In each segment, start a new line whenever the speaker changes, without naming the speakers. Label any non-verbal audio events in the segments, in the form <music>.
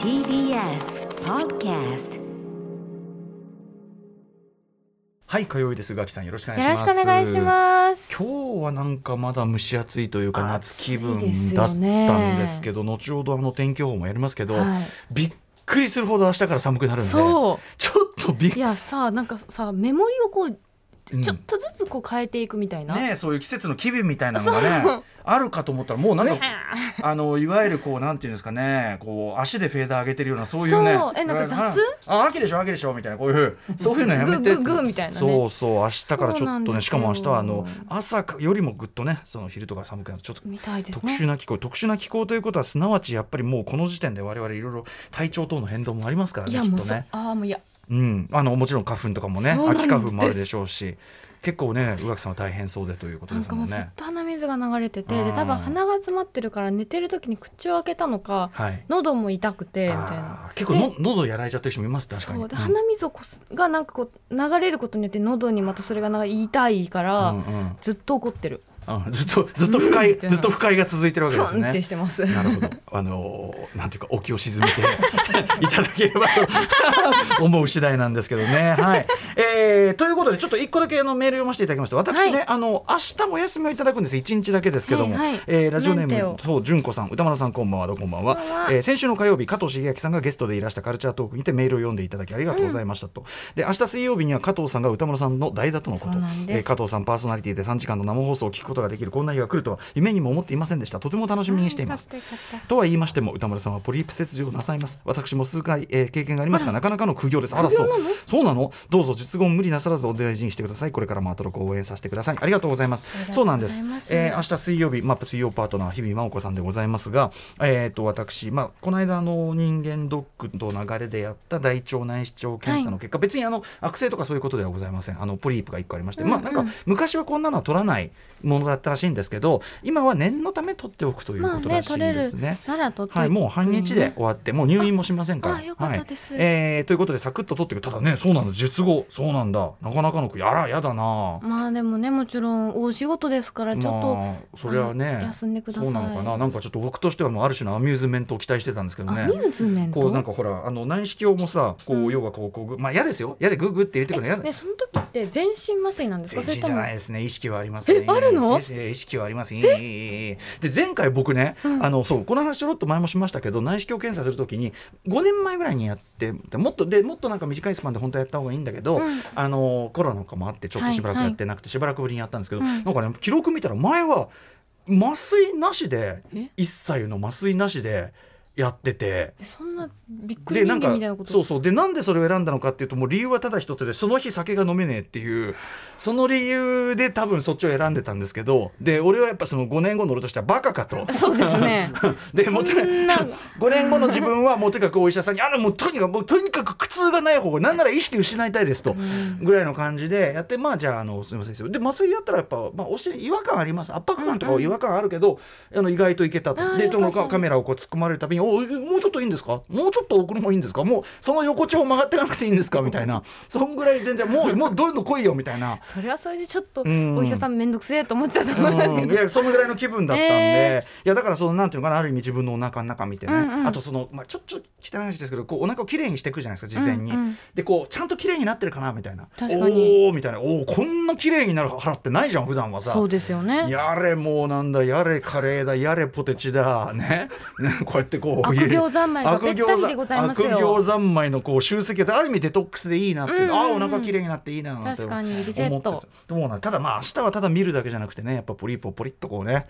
TBS Podcast
はい火曜日ですガキさんよろしくお願い
よろ
しま
しく
す
お願いします。
今日はなんかまだ蒸し暑いというか夏気
暑いで
分
す
だっ
よ
た
ね
んですけど後ほどあの天気予報もやりますけど、
はい
びっくりするほど明日から寒くなるんでちょっ
そ
とびっ
う。いやさ、なんかさ、メモリをこう、
うん
ちょっとずつこう変えていくみたいな。
ねえそういう季節の機微みたいなのがねあるかと思ったらもうなんかあのいわゆるこうなんていうんですかねこう足でフェーダー上げてるようなそういうね
そうえなんか雑
あ秋でしょ秋でしょみたいなこう
<laughs>
いうそういうのやめて
グーグーグーみたいなね
そうそう明日からち
そう
ょ
な
っ
んです
とね
よ
しかも明日はあの朝かよりもぐっとねその昼とか寒くなるとちょっと
みたいです
特
ね。
殊な気候、特殊な気候ということはすなわちやっぱりもうこの時点で我々いろいろ体調等の変動もありますから
い
ね
や
きっ
もう
と
そう
ね、、
ああもういや、
うん、あのもちろん花粉とかもね
そうなんで
秋
す
花粉もあるでしょうし結構ね宇垣さんは大変そうでということ
な
で
ん
す
かもう
も
んずっ
ね。
と鼻水が流れてて、
うん
で多分鼻が詰まってるから寝てる時に口を開けたのか、
はい
喉も痛くてみたい
あ
な
ー。結構の喉やられちゃってる人もいます確かに。
そうで
うん
鼻水をこすがなんかこう流れることによって喉にまたそれがなんか痛いから、
うんうん
ずっと怒ってる。
うんずっとずっと不快、
うん
ずっと不快が続いてるわけ
プン
で
って,、
すね
し。てます。
なる
<laughs>
ほど、あのーなんていうか、お気を沈めていただければと思う次第なんですけどね。はい、えーということで、ちょっと一個だけあのメール読ませていただきました。私ね、
はい
あの明日もお休みをいただくんです。一日だけですけども、
はいはい
えーラジオネ
なんて
ーム
よ
そう純子さん、歌丸さん、こんばんは、どうもこんばんは。
こんばんは
えー先週の火曜日、加藤茂明さんがゲストでいらしたカルチャートークにてメールを読んでいただきありがとうございましたと。で、明日水曜日には加藤さんが歌丸さんの代打とのこと
そうなん、です
えー加藤さんパーソナリティで3時間の生放送を聞くことができるこんな日が来るとは夢にも思っていませんでした。とても楽しみにしています。
買って買って
とは言いましても歌丸さんはポリープ切除をなさいます私も数回、えー経験がありますがなかなかの苦行ですあらそうそうなのどうぞ術後無理なさらずお大事にしてくださいこれからもアトロクを応援させてくださいありがとうございます
りがと
そううな
ござい
ん
ま
ですす、えー明日水曜日、まあ、水曜パートナー日々真央子さんでございますが、えー、と私、まあ、この間あの人間ドックの流れでやった大腸内視鏡検査の結果、別にあの悪性とかそういうことではございませんあのポリープが1個ありまして、まあなんか昔はこんなのは取らないものだったらしいんですけど今は念のため取っておくというこ
まあ
とら
ね
しい
取
ん
れ
で
る
すね。
なら取って、
はい、もう半日で終わって、もう入院もしませんから。
ああよかったです
はいえーということで、サクッと取っていく、ただね、そうなんだ、術後、そうなんだ、なかなかの苦い、あら、やだな。
まあでもねもちろん大仕事ですからちょっと、
まあ、それは
あ
ね
の休んでください
そうなのかななんかちょっと僕としてはもうある種のアミューズメントを期待してたんですけど
ア
ね
ミューズメント
こうなんかほらあの内視鏡もさこう、
うん
要はこうこうぐまあ嫌ですよ嫌でグーグーって入れてくるの嫌
え
だ、
ねその時って全身麻酔なんです
全
かそれ
身
と
じゃ
も
ないですね意識はありますね
えあるの
え意識はありますええで前回僕ね、あのそうこの話ちょろっと前もしましたけど内視鏡検査するときに5年前ぐらいにやってもっとでもっとなんか短いスパンで本当はやった方がいいんだけど、
うん
あのコロナなんかもあってちょっとしばらくやってなくて、しばらくぶりにやったんですけど、
うん
なんかね記録見たら前は麻酔なしで
え
一切の麻酔なしでやってて。
そんなびっくり
で
人
なん
間
か
みたいなこと
そうそうでなんでそれを選んだのかっていうともう理由はただ一つでその日酒が飲めねえっていうその理由で多分そっちを選んでたんですけどで俺はやっぱその5年後の俺としてはバカかと。 <laughs>
そうですね
でもうとに
そんな
5年後の自分はもうとにかくお医者さんに「あらもうとにかくもうとにかく苦痛がない方がなんなら意識失いたいです」とぐらいの感じでやってまあじゃああのすみませんで麻酔やったらやっぱ、まあ、お尻違和感あります圧迫感とかは違和感あるけど、あの意外といけた
あ
と
ー
で
よ
そ
かった
のカカメラをこう突っ込まれるたびに「おえもうちょっといいんですかもうちょっと奥の方いいんですかもうその横丁曲がってなくていいんですか?」みたいなそんぐらい全然もうもうどんどん来いよみたいな。
それはそれでちょっと
うん
お医者さん面倒くせえと思ってたと思うんだけど、
うん、いやそのぐらいの気分だったんで、
え
いやだからそのなんていうのかなある意味自分のお腹の中見てね、
うんうん
あとその、まあ、ちょっと汚い話ですけどこうお腹をきれいにしていくじゃないですか事前に、
うんうん
でこうちゃんときれいになってるかなみたいな
確かに
おーみたいなおーこんなきれいになる腹ってないじゃん普段はさ
そうですよね
やれもうなんだやれカレーだやれポテチだねねこうやってこう
悪行三昧がべったりでございますよ
悪行三昧のこう集積がある意味デトックスでいいなっていう、
うんうんうん
ああお腹きれいになっていいななんて
確かにリセット
思ってたそうなんただまあ明日はただ見るだけじゃなくてねやっぱポリープをポリッとこうね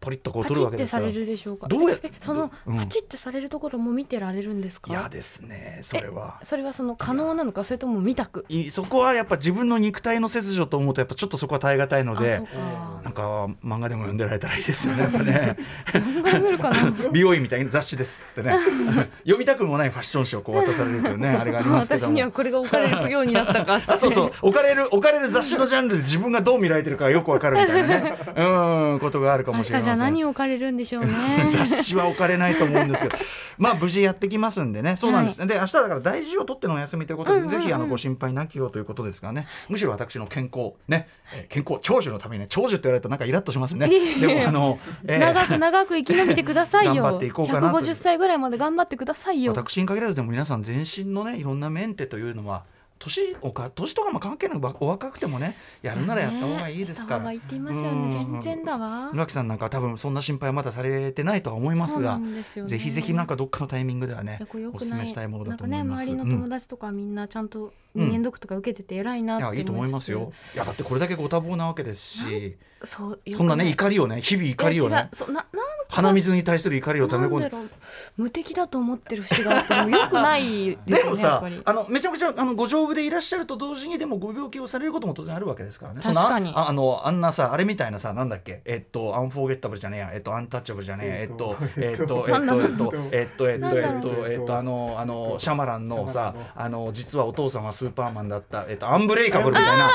ポリッとこう
パチ
取るわ
っ
け
て
ですか
さ
ら
れるでしょうか
どうや
えその
うん
パチってされるところも見てられるんですか
嫌ですねそれは
それはその可能なのかそれとも見たく
いそこはやっぱ自分の肉体の切除と思うとやっぱちょっとそこは耐え難いの
あ
で
そうか
なんか漫画でも読んでられたらいいですよねやっぱね
何回見るかな
<laughs> 美容院みたいな雑誌ですってね <laughs> 読みたくもないファッション誌をこう渡されるというねあれがありますけど
私には
も。
これが置かれるようになったかっつって
あそ
<laughs>
うそう置かれる置かれる雑誌のジャンルで自分がどう見られてるかよくわかるみたいなねうーんことがあるか
明
も
日
し
じ
れ
ゃ
ません。
何置かれるんでしょう
<laughs>
ね
雑誌は置かれないと思うんですけどまあ無事やってきますんでねそうなんです、で明日だから大事を取ってのお休みということで、
うんうんうん
ぜひあのご心配なきようということですがねむしろ私の健康ね、えー健康長寿のためにね長寿って言われるとなんかイラッとしますよね
いえいえ
でもあの、えー
長く長く生き延びてくださいよ
<laughs> 頑張っていこうかなと
150 50歳ぐらいまで頑張ってくださいよ。
私に限らずでも皆さん全身のねいろんなメンテというのは年おか年とかも関係なくお若くてもねやるならやった方がいいですか
ね
ら
えやった方がいいって言いますよね。
う
全
ん
然だわ。
村木さんなんか多分そんな心配はまだされてないとは思います
そう
が
なんですよね
ぜひぜひなんかどっかのタイミングではね
いやこれ良く
お
ない
すすめしたいものだと思い
なん
ま
か
す。
ね、周りの友達とかみんなちゃんと人間ドックとか受けてて偉いな
うん
っ
い
て
やいいと思いますよ。いやだってこれだけご多忙なわけですし
そう
そんなね
よく
怒りをね日々怒りを
いや違う
ね
そうななんか
鼻水に対する怒りを溜め込
な
んで
んだろう無敵だと思ってる節があってもよくないですよね
<laughs> でも
やっ
さ
ぱり、
あのめちゃくちゃあのご丈夫でいらっしゃると同時にでもご病気をされることも当然あるわけですからね。その
確かに
ああのあんなさあれみたいなさなんだっけえっとアンフォーゲッタブルじゃねえやえっとアンタッチャブルじゃねえやえっとえっとえっ
なんだ
とえっとえっとえっとえっ
なんだ
とえっとあのあのシャマランの
シャマ
さ
ランの
あの実はお父さんはスーパーマンだったえっとアンブレイカブルみたいな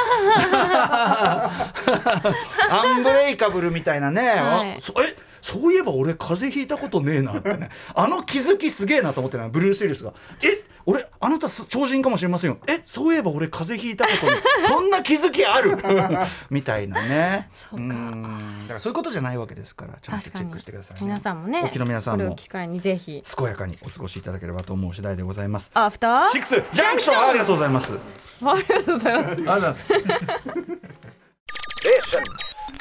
アンブレイカブルみたいなね。
はい
あそえそういえば俺風邪ひいたことねえなってねあの気づきすげえなと思ってねブルース・ウィルスが「え俺あなたす超人かもしれませんよえそういえば俺風邪ひいたことに <laughs> そんな気づきある? 」 <laughs> みたいなね
そうか
んだからそういうことじゃないわけですからちゃんとチ
確
ェ
か
ッ
に
クしてください、ね、
皆さんもね
お聞きの皆さん
これ
も
を機会にぜひ
健やかにお過ごしいただければと思う次第でございます。
アフター
シックスジャンクションありがとうございます。
<laughs> ありがとうござい
<laughs>
ます
ありがとうございます。
<laughs>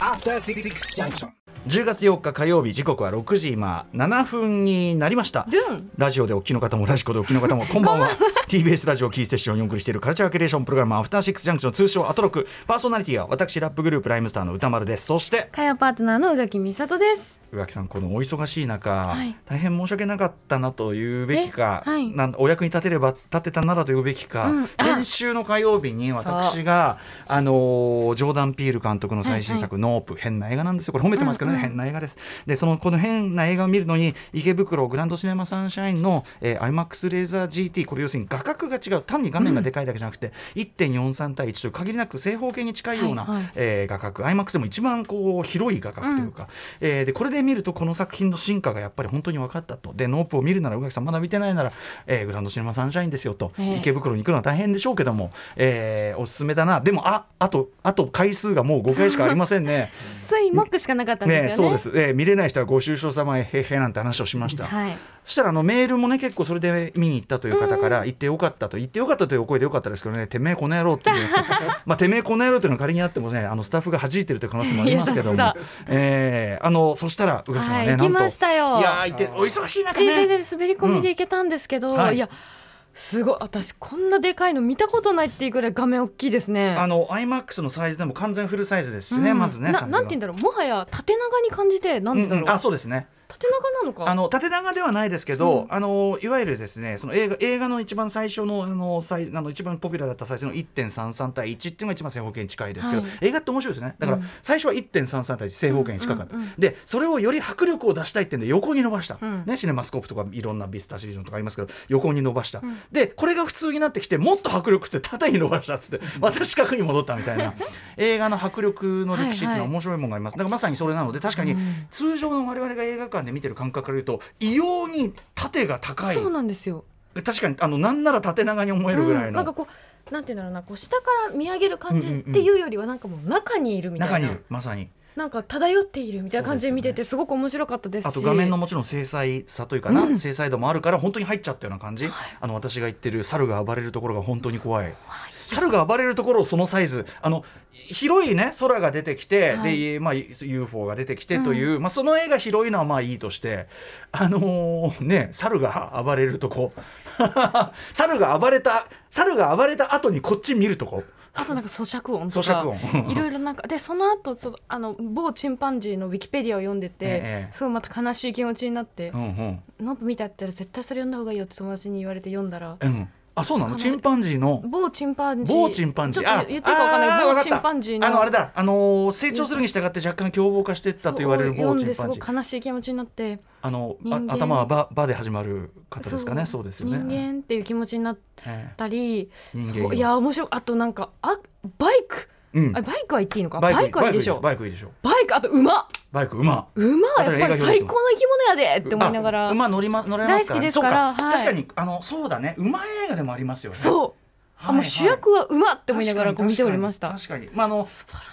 After Six Junction.
10月4日火曜日時刻は6時今7分になりました。
ドゥン
ラジオでお聞きの方もラジコでお聞きの方 <laughs> もこんばんは TBS ラジオキーステーションにお送りしているカルチャーキュレーションプログラム「アフターシックスジャンクション」通称アトロックパーソナリティは私ラップグループライムスターの歌丸ですそして
火曜パートナーの宇垣美里です
宇垣さんこのお忙しい中、
い
大変申し訳なかったなというべきか、
えはい
なんお役に立てれば立てたならというべきか、
うんあ
先週の火曜日に私があのージョーダン・ピール監督の最新作「ノープ」変な映画なんですよこれ褒めてますけど
うんう
ね、
ん
変な映画ですでそのこの変な映画を見るのに池袋グランドシネマサンシャインの、えー、IMAX レーザー GT これ要するに画角が違う単に画面がでかいだけじゃなくて、1.43対1という限りなく正方形に近いような、
はいはい
えー画角 IMAX でも一番こう広い画角というか、えーでこれで見るとこの作品の進化がやっぱり本当に分かったとでノープを見るなら宇垣さんまだ見てないなら、えーグランドシネマサンシャインですよと、
ええ
池袋に行くのは大変でしょうけども、えーおすすめだなでもああとあと回数がもう5回しかありませ
<laughs>
んね。
スイマックしかなかったん
ね
です
そ
よ
う
ね
です、えー見れない人はご愁傷様へへへなんて話をしました。
はい
そしたらあのメールもね結構それで見に行ったという方から行ってよかったと言ってよかったというお声でよかったですけどねてめえこの野郎っていう
<laughs>
まあてめえこの野郎というのは仮にあってもねあのスタッフが弾いてるという可能性もありますけど
いや
も
優し、
えー、あのそしたら宇賀さんはね、
はい
なんと
行きましたよ
いやーいてお忙しい中
えで
ね
で滑り込みで行けたんですけど、
うんはい
い、やすごい私こんなでかいの見たことないっていうぐらい画面大きいですね
あの iMAX のサイズでも完全フルサイズですしね、
うん
まずね
な
サイズが
なんて言うんだろうもはや縦長に感じてなんでだろう、
うんうんあそうですね
縦長なのか
あの縦長ではないですけど、
う
あのいわゆるですねその映画映画の一番最初のあの最あの一番ポピュラーだったサイズの1.33対1っていうのが一番正方形に近いですけど、
はい
映画って面白いですねだから
うん
最初は1.33対1正方形に近かった、
うんうんうん
でそれをより迫力を出したいっていうんで横に伸ばした、
うん
ね、シネマスコープとかいろんなビスタシリーズンとかありますけど横に伸ばした、
ん
でこれが普通になってきてもっと迫力して縦に伸ばしたっつってまた四角に戻ったみた
<laughs>
いな映画の迫力の歴史っていうのは面白いものがあります、だからまさにそれなので確かに通常の我々が映画館で見てる感覚から言うと異様に縦が高い
そうなんですよ、
確かにあのなんなら縦長に思えるぐらい
うん
の、
なんかこうなんて言うんだろうなこう下から見上げる感じ
うんうんうん
っていうよりはなんかもう中にいるみたいな、
中にいるまさに。
なんか漂っているみたいな感じで見て
そうで
てすごく面白かったですし
あと画面のもちろん精細さというかな、精細度もあるから本当に入っちゃったような感じ、あの私が言ってる猿が暴れるところが本当に怖い猿が暴れるところをそのサイズあの広いね空が出てきて、
はい
で、まあ、UFO が出てきてという、まあ、その絵が広いのはまあいいとして <laughs> あのーね猿が暴れるとこ <laughs> 猿が暴れた猿が暴れた後にこっち見るとこ
あとなんか咀嚼音と
咀
か
嚼音
いろいろなんかでその後そのあの某チンパンジーのウィキペディアを読んでて、
ええ
すごいまた悲しい気持ちになって
うんうん
「ノブ見た」って言ったら絶対それ読んだ方がいいよって友達に言われて読んだら
うんあそうなのチンパンジーの
某チンパンジー
某チンパンジー
ちょっと言っていいか分かんな
あー
い某
わかった
チンパンジーの
あのあれだあのー成長するに従って若干凶暴化していったと言われる
そう
某チ
読ん
ンパンジ
です
ー
ごい悲しい気持ちになって
あのあ
人間
頭はババで始まる方ですかねそうですよね
人間っていう気持ちになっ
え
たり
え人
そ
間
ういや面白いあとなんかあバイク
うん
あバイクは言っていいのかバイクはいいでしょ
バイクいいでしょ
バイクあと馬
バイク馬
馬は
あと
やっぱ
映画
り
表現
最高の生き物やでって思いなが
あ
ら
馬乗りま乗れますか
大好
ら,、
きですから
そうか、
はい
確かにあのそうだね馬映画でもありますよね
そうあもう主役は馬って思いながらこう見ておりました
確かに確かにまああの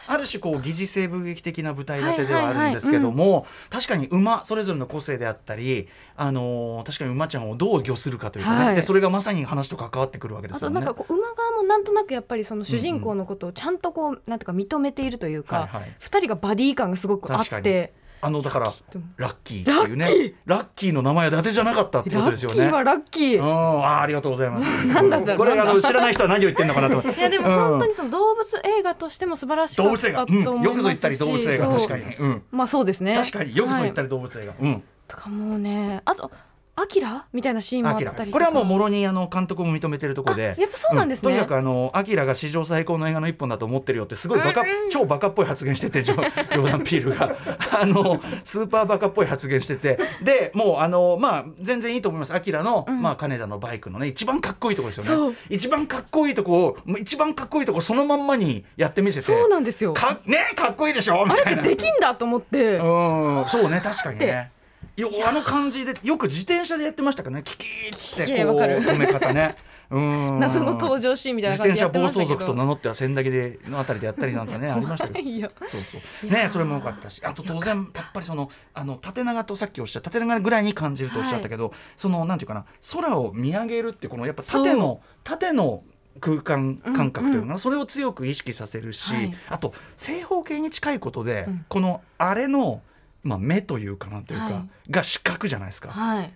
ある種こう疑似性文劇的な舞台立てではあるんですけども、確かに馬それぞれの個性であったりあのー確かに馬ちゃんをどう御するかというかね、
はい
でそれがまさに話と関わってくるわけで
あ
す
と
よね。
なんかこう馬側もなんとなくやっぱりその主人公のことをちゃんとこうなんていうか認めているという
はい
か
はい
二人がバディ感がすごくあっ
確かに
て
あのだから
って思
ラッキーっていうねラッキーの名前は伊達じゃなかったってこ
ラ
と
ッ
です
キ
よね。
ーはラッキ
う
ー。
ん、あーありがとうございます。
だろう
これあ
<laughs> なん
の知らない人は何を言ってんのかな
<laughs>
と思って。
いやでも本当にその動物映画としても素晴らしか
動
っ
物映
た
画、う
と思いますし、
ん、よくぞ言ったり動物映画
そう
確かに、うん、
まあそうですね
確かによくぞ言った
り、
り動物映画、うん。
はいとかもうねあと「アキラ」みたいなシーンもあ
ア
っ
キラ
たり
これはもうも
ろ
ろにあの監督も認めてるところで
あやっぱそうなんですね
とにかくあのアキラが史上最高の映画の一本だと思ってるよってすごいバカ、超バカっぽい発言して
<laughs>
てジョジョーダン・ピールが <laughs> あのスーパーバカっぽい発言しててでもうあのまあ全然いいと思いますアキラの、まあ金田のバイクのね一番かっこいいとこですよ
そ
ね
う
一番かっこいいとこを一番かっこいいとこそのまんまにやってみせて
そうなんですよ
かねかっこいいでしょみ
あ
たい
れっ
な
てできんだと思って、
うん、そうね、確かにね。よ、あの感じで、よく自転車でやってましたからね、キキーって、
いや
こう、
わかる
止め方ね。う
<laughs>
ん。
謎の登場シーンみたいな
自
感じ
転
でやって
車暴
ました
走
けど
族と名乗っては千駄木でのあたりでやったりなんかねありましたけど
いや
そうそうねそれも良かったしあと当然やっぱりそのあの縦長とさっきおっしゃった縦長ぐらいに感じるとおっしゃったけど、そのなんていうかな空を見上げるってこのやっぱ縦の縦の空間感覚というのかな、それを強く意識させるし、
はい
あと正方形に近いことで、
ん
このあれの、まあ、目というかなんというか、
は
が四角じゃないです
<laughs>
か、
はい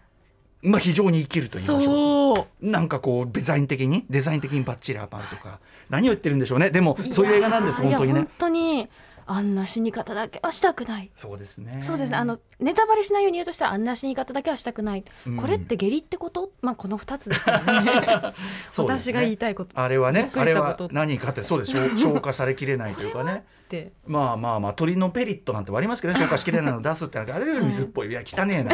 まあ、非常に生きると言いましょうか
そう
なんかこうデザイン的にデザイン的にバッチリハマるとか何を言ってるんでしょうねでもそういう映画なんです
いや
本当
い
に
や
ね
本当にあんな死に方だけはしたくない
そうですね
そうですねあのネタバレしないように言うとしたらあんな死に方だけはしたくない、
うん
これって下痢ってことまあこの二つですよね
<laughs> そうです
私
ね
が言いたいことっ
あれは
び
ね
っく
あ
り
れ
した
は
こと
何かってそうです
<laughs>
消消化されきれないというかね
て
まあまあまあ鳥のペリットなんて割りますけど
<laughs>
ね消化しきれないの出すってなんかあれより水っぽいいや汚ね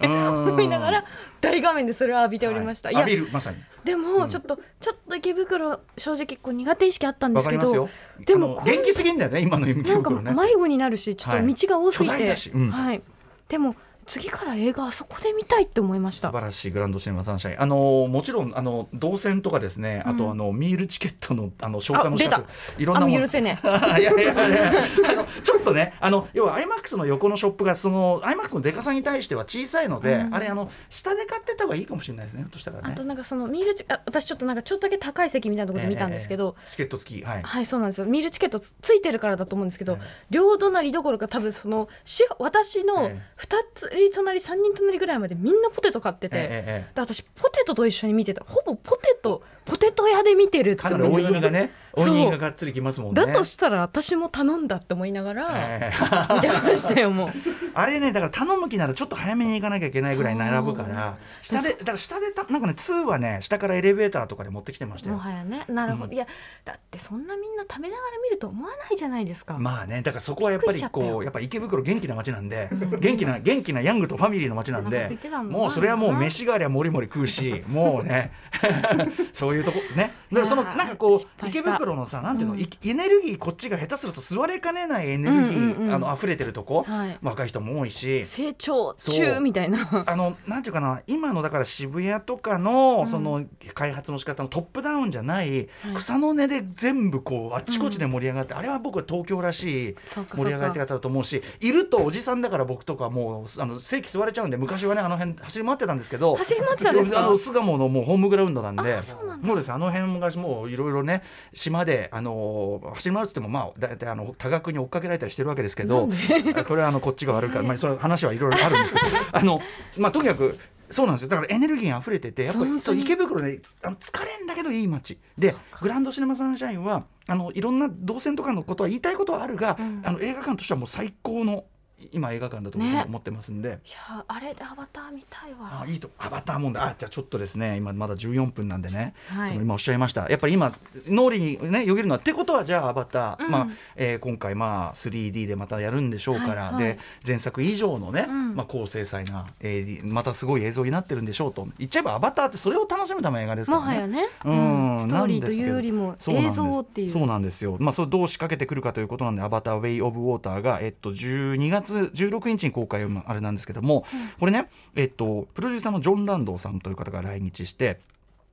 えな
思いながら大画面でそれを浴びておりました、
はい
い、や
浴びるまさに
でもちょっと、ちょっと池袋正直こう苦手意識あったんで
わ
す
か
け
りますよ
どで
あ
も
の
こん
元気すぎんだよね今の夢
なんか
ね
迷子になるしちょっと道が多すぎ
はい巨大
て、
だしうん
はいでも次から映画あそこで見たいって思いまし
素
た
晴らしいグランドシネマサンシャインあのもちろんあの動線とかですね、あとあのミールチケットのあの消化の仕
あ
方
出
いろん
あ
なも
も
の
う許せねえ
<laughs> いやいやいやいやあのちょっとねあの要は iMAX の横のショップがその iMAX のデカさに対しては小さいので、あれあの下で買ってた方がいいかもしれないですねひょっとしたら
あ
ね
となんかそのミールチあ私ちょっとなんかちょっとだけ高い席みたいなところで見たんですけど、
ええええチケット付きはい
はいそうなんですよミールチケットつついてるからだと思うんですけど、
ええ
両隣どころか多分そのし私の
ええ
2つ隣3人隣ぐらいまでみんなポテト買ってて、
えええ
で私ポテトと一緒に見てたほぼポテトポテト屋で見てるっ
え
て
か
思
ないり
なが
おい
ら
がね
そ
お
う
いががっつりきますもんね
だとしたら私も頼んだって思いながら
ええ <laughs>
見てましたよもう
あれねだから頼む気ならちょっと早めに行かなきゃいけないぐらい並ぶから下でだから下でたなんかね2はね下からエレベーターとかで持ってきて <laughs> ました
も
よ
はやねなるほど、
うん
いやだってそんなみんな食べながら見ると思わないじゃないですか、
まあねだからそこはやっぱり
びっくりしちゃった
こう
よ
やっぱ池袋元気な街なんで元気な元気なヤングとファミリーの街なん
お腹 <laughs>
で
空いてたのかな
もうそれはもう飯がありゃもりもり食うしもうね <laughs> そういうとこねだからその
いやー
なんかこ
失
う
敗し
池
た
袋のさなんていうの
うん
いエネルギーこっちが下手すると座れかねないエネルギ
うんうんうん
ーあの溢れてるとこ
はい
若い人も多いし
成長
そう
中みたいな
<laughs> あのなんていうかな今のだから渋谷とかの、
ん
その開発の仕方のトップダウンじゃない、
はい
草の根で全部こうあっちこっちで盛り上がって、あれは僕は東京らしい
そうかそうか
盛り上がり方だと思うしいるとおじさんだから僕とかもうあの席座れちゃうんで昔はねあの辺走り回ってたんですけど
走り回ってたんですか
あの巣鴨のもうホームグラウンドなんで
あそうなんだ
もうですあの辺がもういろいろね島であの走り回るっつってもまあ大体あの多額に追っかけられたりしてるわけですけどこれはあのこっちが悪いから、まあ、その話はいろいろある
<laughs>
んですけどあの、まあ、とにかくそうなんですよだからエネルギーが溢れててやっぱ
本当
り
に
そう池袋ねあの疲れんだけどいい街でグランドシネマサンシャインはあのいろんな動線とかのことは言いたいことはあるが、
うん
あの映画館としてはもう最高の今映画館だと僕は
ね
思ってますんで。
いやあれでアバター見たいわ
あいいとアバター問題あじゃあちょっとですね今まだ14分なんでね、
はい
その今おっしゃいましたやっぱり今脳裏にねよぎるのはってことはじゃあアバター、
うん
まあえー今回まあ 3D でまたやるんでしょうから、
はいはい
で前作以上のね、
うん
まあ、高精細な、AD またすごい映像になってるんでしょうと言っちゃえばアバターってそれを楽しむための映画ですか
も
らね。
はやね、
うん
ストーリーというよりも
そうなん
映
です
像っていう
そうなんですよ、まあ、それどう仕掛けてくるかということなんで「アバター・ウェイ・オブ・ウォーターが」えっと、12月16日に公開のあれなんですけども、これね、えっと、プロデューサーのジョン・ランドーさんという方が来日して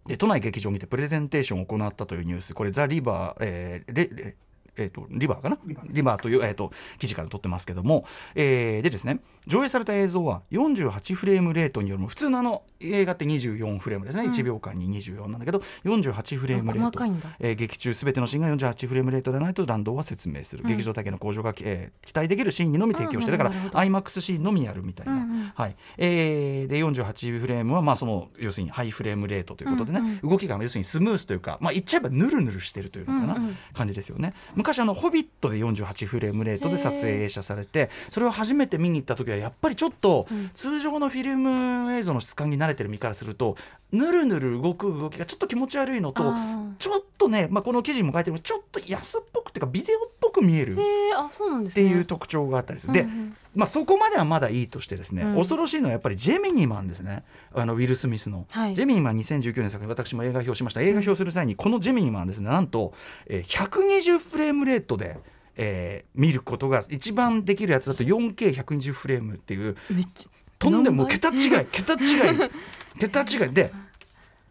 で都内劇場にてプレゼンテーションを行ったというニュースこれザ・リバー、えーレレえーとリバーかなリバーという、えー、と記事から取ってますけども、えーでですね上映された映像は48フレームレートによるも普通のあの映画って24フレームですね、1秒間に24なんだけど48フレームレー
細
ト
かいんだ
えー劇中すべてのシーンが48フレームレートでないと弾道は説明する、劇場体験の向上が、えー期待できるシーンにのみ提供して
うんう
だ
ん
か
な
ら
るほ
IMAX シーンのみやるみたいな、
うんうん
はいえーで48フレームはまあその要するにハイフレームレートということでね、
うん
動きが要するにスムースというか、まあ、言っちゃえばヌルヌルしてるというのかな、
うんうん
感じですよね昔あの「ホビット」で48フレームレートで撮影映写されてそれを初めて見に行った時はやっぱりちょっと
うん
通常のフィルム映像の質感に慣れてる身からするとぬるぬる動く動きがちょっと気持ち悪いのと
あー
ちょっとね、まあ、この記事にも書いてあるちょっと安っぽくっていうかビデオっぽく見えるっ
へえあそうなんです
て
ね
いう特徴があったりする。で
うんうん
まあ、そこまではまだいいとしてですね、
うん
恐ろしいのはやっぱりジェミニマンですねあのウィル・スミスの、
はい
ジェミニマン2019年の作品私も映画表しました映画表する際にこのジェミニマンですねなんと、えー120フレームレートで、えー見ることが一番できるやつだと 4K120 フレームっていう
めっちゃ
とんでも
何倍
桁
<laughs>
違い桁違い桁違いで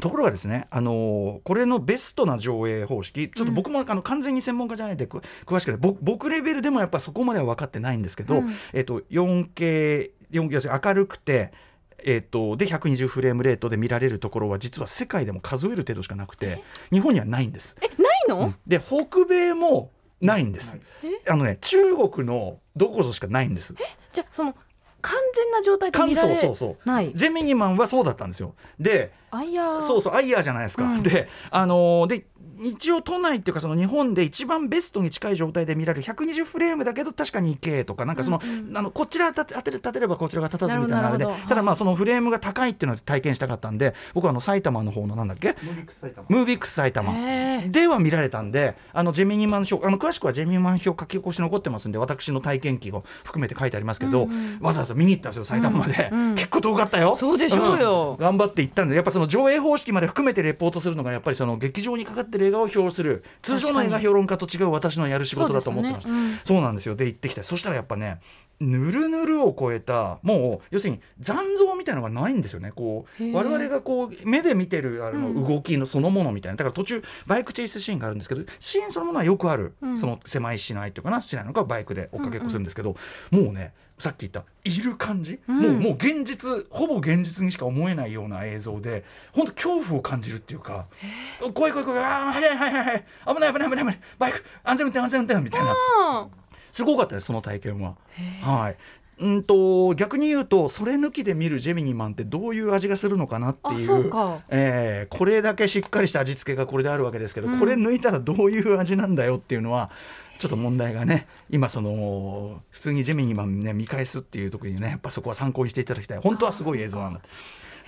ところがですね、あのーこれのベストな上映方式ちょっと僕も、あの完全に専門家じゃないんでく詳しくないぼ僕レベルでもやっぱそこまでは分かってないんですけ
う
ど、
ん
えっと 4K 4要するに明るくて。えっとで120フレームレートで見られるところは実は世界でも数える程度しかなくて日本にはないんです。
えないの、
で北米もないんです。あのね中国のどこぞしかないんです。
じゃあその完全な状態で
感
見ら
想
れ
そうそう
ない
ジェミニマンはそうだったんですよで
あいやー
そうそうアイヤーじゃないですか、
うん
であのーで一応都内っていうかその日本で一番ベストに近い状態で見られる120フレームだけど確かに 2K とかなんかその、
うん
あのこちら立て立てる立てればこちらが立たずみたいな
な
あ
る
れ
ほ
で
ど
ただ
はい
まあそのフレームが高いっていうのを体験したかったんで僕はあの埼玉の方のなんだっけ
ムービックス埼玉
ムービックス埼玉
へー
では見られたんであのジェミニマン表あの詳しくはジェミニマン表書き起こし残ってますんで私の体験記を含めて書いてありますけど、
うんうん
わざわざ見に行ったんですよ埼玉まで、
うんうん
結構遠かったよ
そうでしょうよ
ん頑張って行ったんでやっぱその上映方式まで含めてレポートするのがやっぱりその劇場にかかってる映画を表する通常の映画評論家と違う私のやる仕事だと思ってました
そうですねうん
そうなんですよで行ってきたそしたらやっぱねぬるぬるを超えたもう要するに残像みたいなのがないんですよねこ
へー
う我々がこう目で見てるあ
う
の
ん
動きのそのものみたいなだから途中バイクチェイスシーンがあるんですけどシーンそのものはよくある、
うん
その狭い市内というかな市内のかバイクで追っかけっこするんですけど、もうねさっき言ったいる感じ、
うん
もうもう現実ほぼ現実にしか思えないような映像で本当恐怖を感じるっていうか怖い怖い怖いああはいはいはいはい危ない危ない危ない危ないバイク安全運転安全運転みたいな。
あ
すごかったですその体験は。はいうんと逆に言うとそれ抜きで見るジェミニマンってどういう味がするのかなってい
あそううか
えーこれだけしっかりした味付けがこれであるわけですけど、
うん
これ抜いたらどういう味なんだよっていうのはちょっと問題がね今その普通にジェミニマンね見返すっていう時にねやっぱそこは参考にしていただきたい本当はすごい映像なんだ。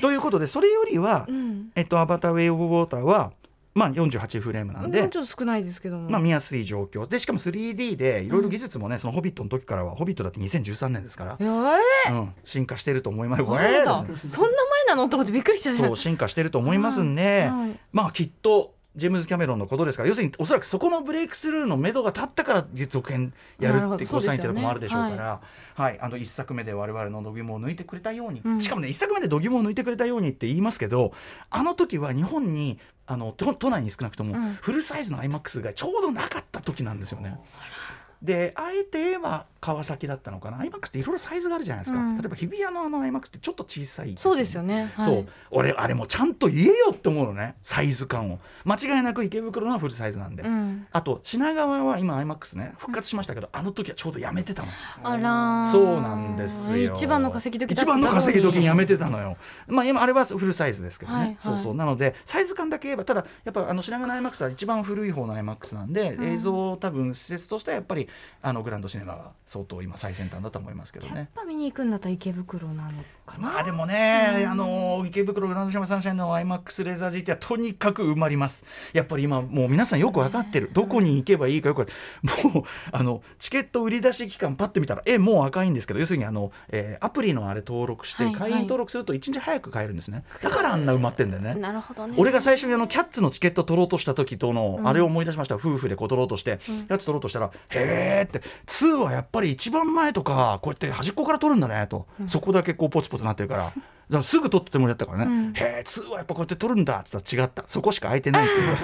ということでそれよりは、
ーうん
えっと「アバター・ウェイ・オブ・ウォーターは」まあ、48フレームなんで。
もうちょっと少ないですけども、
まあ、見やすい状況でしかも 3D でいろいろ技術もね、その「ホビット」の時からは「ホビット」だって2013年ですから、
や
うん、進化してると思います
ばい、
わ
な
ー
ん
ですね
だそんな前なのと思ってびっくりしたね
そう進化してると思いますんで、
うんはい
まあきっとジェームズ・キャメロンのことですから要するにおそらくそこのブレイクスルーの目処が立ったから続編や
なる
るっ
ほ
て
ど
ごサインというのもあるでしょうか
そうです
ら、はいあの1作目で我々の度肝を抜いてくれたように、
うん
しかもね1作目で度肝を抜いてくれたようにって言いますけどあの時は日本にあの都都内に少なくとも
うん
フルサイズの IMAX がちょうどなかった時なんですよね。であえては川崎だったのかな IMAX っていろいろサイズがあるじゃないですか、
うん
例えば日比谷のあの IMAX ってちょっと小さい
そうですよね、はい、
そう俺あれもちゃんと言えよって思うのねサイズ感を間違いなく池袋のはフルサイズなんで、
うん、
あと品川は今 IMAX ね復活しましたけど、あの時はちょうどやめてたの
あらー
そうなんですよ
一番の稼ぎ時だ
一
った
番の稼ぎ時にやめてた
の
のよまあ今あれはフルサイズですけどね、
はいはい
そうそうなのでサイズ感だけ言えばただやっぱあの品川の IMAX は一番古い方の IMAX なんで、
ん
映像多分施設としてはやっぱりあのグランドシネマが相当今最先端だと思いますけど
にやっ
ね
ぱ見に行くんだったら池袋なのかな、
まあでもね、あの池袋グランドシャマサンシャインの IMAX レーザー GT はとにかく埋まりますやっぱり今もう皆さんよく分かってるどこに行けばいいかよくわかるもうあのチケット売り出し期間パッて見たらえもう赤いんですけど要するにあの、えーアプリのあれ登録して
はい
会員登録すると1日早く買えるんですね、だからあんな埋まってんだよね
なるほどね
俺が最初にあのキャッツのチケット取ろうとした時との、あれを思い出しました夫婦でこう取ろうとして、キャッツ取ろうとしたら「へえ」って「2はやっぱり一番前とかこうやって端っこから取るんだね」と、そこだけこうポツポツなってるから。だからすぐ取ってもらったからね、
うん
へえ2はやっぱこうやって取るんだっつったら違ったそこしか空いてないって
<laughs>
いう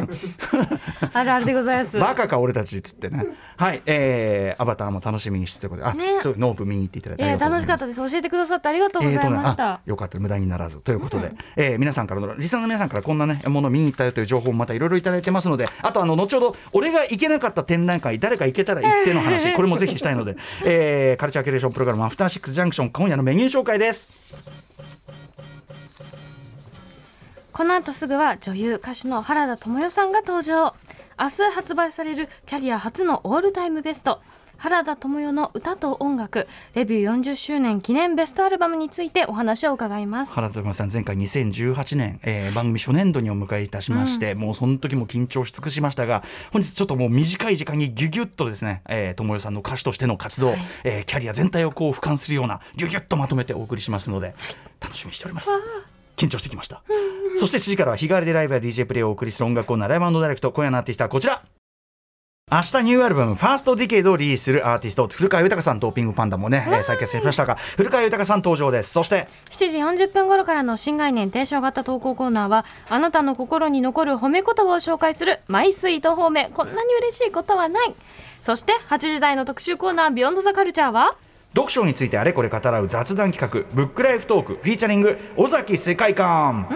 あるあるでございます。
バカか俺たちっつってねはいえー、アバターも楽しみにしてということであ、
ね
ちょっとノープ見に行っていただい
い
てあ
や
りがとう
楽
ござ
し
い
かっ
ます
たです。教えてくださってありがとうござい
えーとね
ました
あ。よかった無駄にならずということで、えー皆さんからのリスナーの皆さんからこんなねもの見に行ったよという情報もまたいろいろいただいてますのであとあの後ほど俺が行けなかった展覧会誰か行けたら行っての話これもぜひしたいので、えーカルチャーキュレーションプログラム「アフターシックスジャンクション」今夜のメニュー紹介です
この後すぐは女優歌手の原田知世さんが登場明日発売されるキャリア初のオールタイムベスト原田知世の歌と音楽レビュー40周年記念ベストアルバムについてお話を伺います
原田智さん前回2018年、えー番組初年度にお迎えいたしまして、もうその時も緊張し尽くしましたが本日ちょっともう短い時間にギュギュッとですね、えー、智代さんの歌手としての活動、えーキャリア全体をこう俯瞰するようなギュギュッとまとめてお送りしますので楽しみにしております。緊張してきました。そして7時からは日替わりでライブや DJ プレイをお送りする音楽を習いのダイレクト今夜のアーティストはこちら明日ニューアルバム「ファーストディケイド」をリリースするアーティスト古川豊さんドーピングパンダもね、えー再結成しましたが古川豊さん登場ですそして
7時40分頃からの新概念提唱型投稿コーナーはあなたの心に残る褒め言葉を紹介するマイスイート褒めこんなに嬉しいことはないそして8時台の特集コーナービヨンドザカルチャーは
読書についてあれこれ語らう雑談企画「ブックライフトーク」フィーチャリング尾崎世界観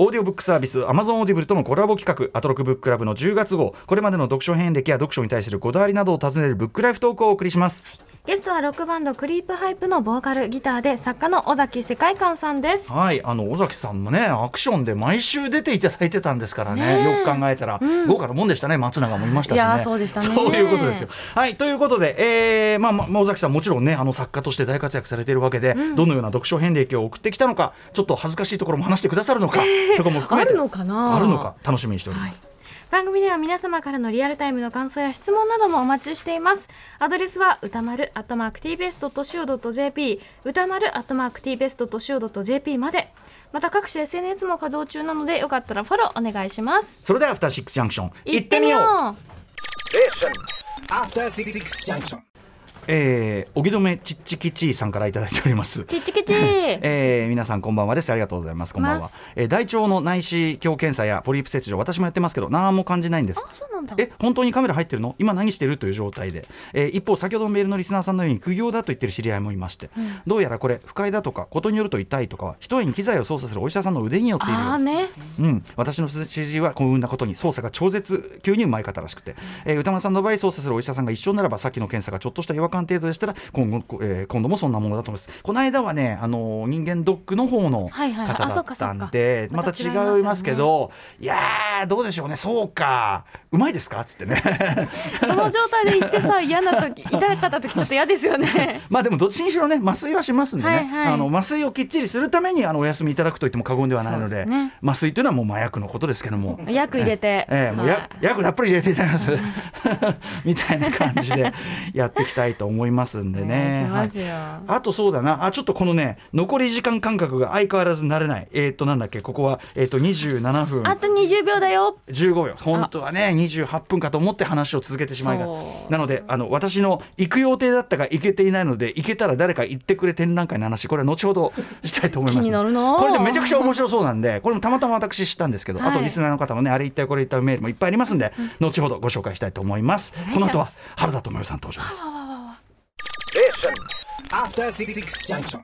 オーディオブックサービス Amazon オーディブルとのコラボ企画アトロクブックラブの10月号これまでの読書遍歴や読書に対するこだわりなどを尋ねるブックライフトークをお送りします
ゲストはロックバンドクリープハイプのボーカルギターで作家の尾崎世界観さんです。
はいあの尾崎さんもねアクションで毎週出ていただいてたんですからね
ねえ
よく考えたら、豪華なもんでしたね松永もいましたしね
いやーそうでしたね
そういうことですよはいということで、えーまあまあまあ尾崎さんもちろんねあの作家として大活躍されているわけで、どのような読書遍歴を送ってきたのかちょっと恥ずかしいところも話してくださるのか、そこも含めて
あるのかな
あるのか楽しみにしております、
番組では皆様からのリアルタイムの感想や質問などもお待ちしています。アドレスは歌丸 at mark tbs.co.jp 歌丸 at mark tbs.co.jp まで。また各種 SNS も稼働中なのでよかったらフォローお願いします。
それでは「アフターシックスジャンクション」
行ってみよ
う
う
After Six Junction.
えー、荻留ちっちきちいさんからいただいております
ちっちきち
えー皆さんこんばんはですありがとうございますこんばん
ま
は
す、
えー大腸の内視鏡検査やポリープ切除私もやってますけど何も感じないんです
あ、そうなんだ。
え本当にカメラ入ってるの今何してるという状態で、えー一方先ほどのメールのリスナーさんのように苦行だと言ってる知り合いもいまして、どうやらこれ不快だとかことによると痛いとかは一重に機材を操作するお医者さんの腕によっているようです
あーね。
うん、私の知人は幸運なことに操作が超絶急にうまい方らしくて、えー歌丸さんの場合操作するお医者さんが一緒ならばさっきの検査がちょっとした違和感程度でしたら今後、こえー今度もそんなものだと思いますこの間はね、あのー人間ドックの方の
はいはいはい
方
あ
だ
そう
っ
か
たん
そう
で
か
また
また違いますよね
違いますけどいやーどうでしょうねそうかうまいですかっつってね <laughs>
その状態で行ってさ、嫌な時、痛かった時ちょっと嫌ですよ
<laughs>
ね。
まあでもどっちにしろね麻酔はしますんでね、
はいはい
あの麻酔をきっちりするためにあのお休みいただくと言っても過言ではないの
そうで
で、
すね
麻酔というのはもう麻薬のことですけども。
薬入れて。
ええもう
は
や
い
約たっぷり入れていただきます <laughs> みたいな感じでやっていきたいと思いますんでね。
お願いしますよ
はいあとそうだなあちょっとこのね残り時間感覚が相変わらず慣れないえーっとなんだっけここはえーっと27分
あと20秒だよ。
15秒本当はね28分かと思って話を続けてしまいが
そう
なのであの私の行く予定だったが行けていないので行けたら誰か行ってくれ展覧会の話これは後ほどしたいと思います
気になるなあ
これでめちゃくちゃ面白そうなんでこれもたまたま私知ったんですけど、
はい
あとリスナーの方もねあれ行ったよこれ行ったよメールもいっぱいありますんで、後ほどご紹介したいと思いますこの後は原田知世さん登場です
After Six Junction.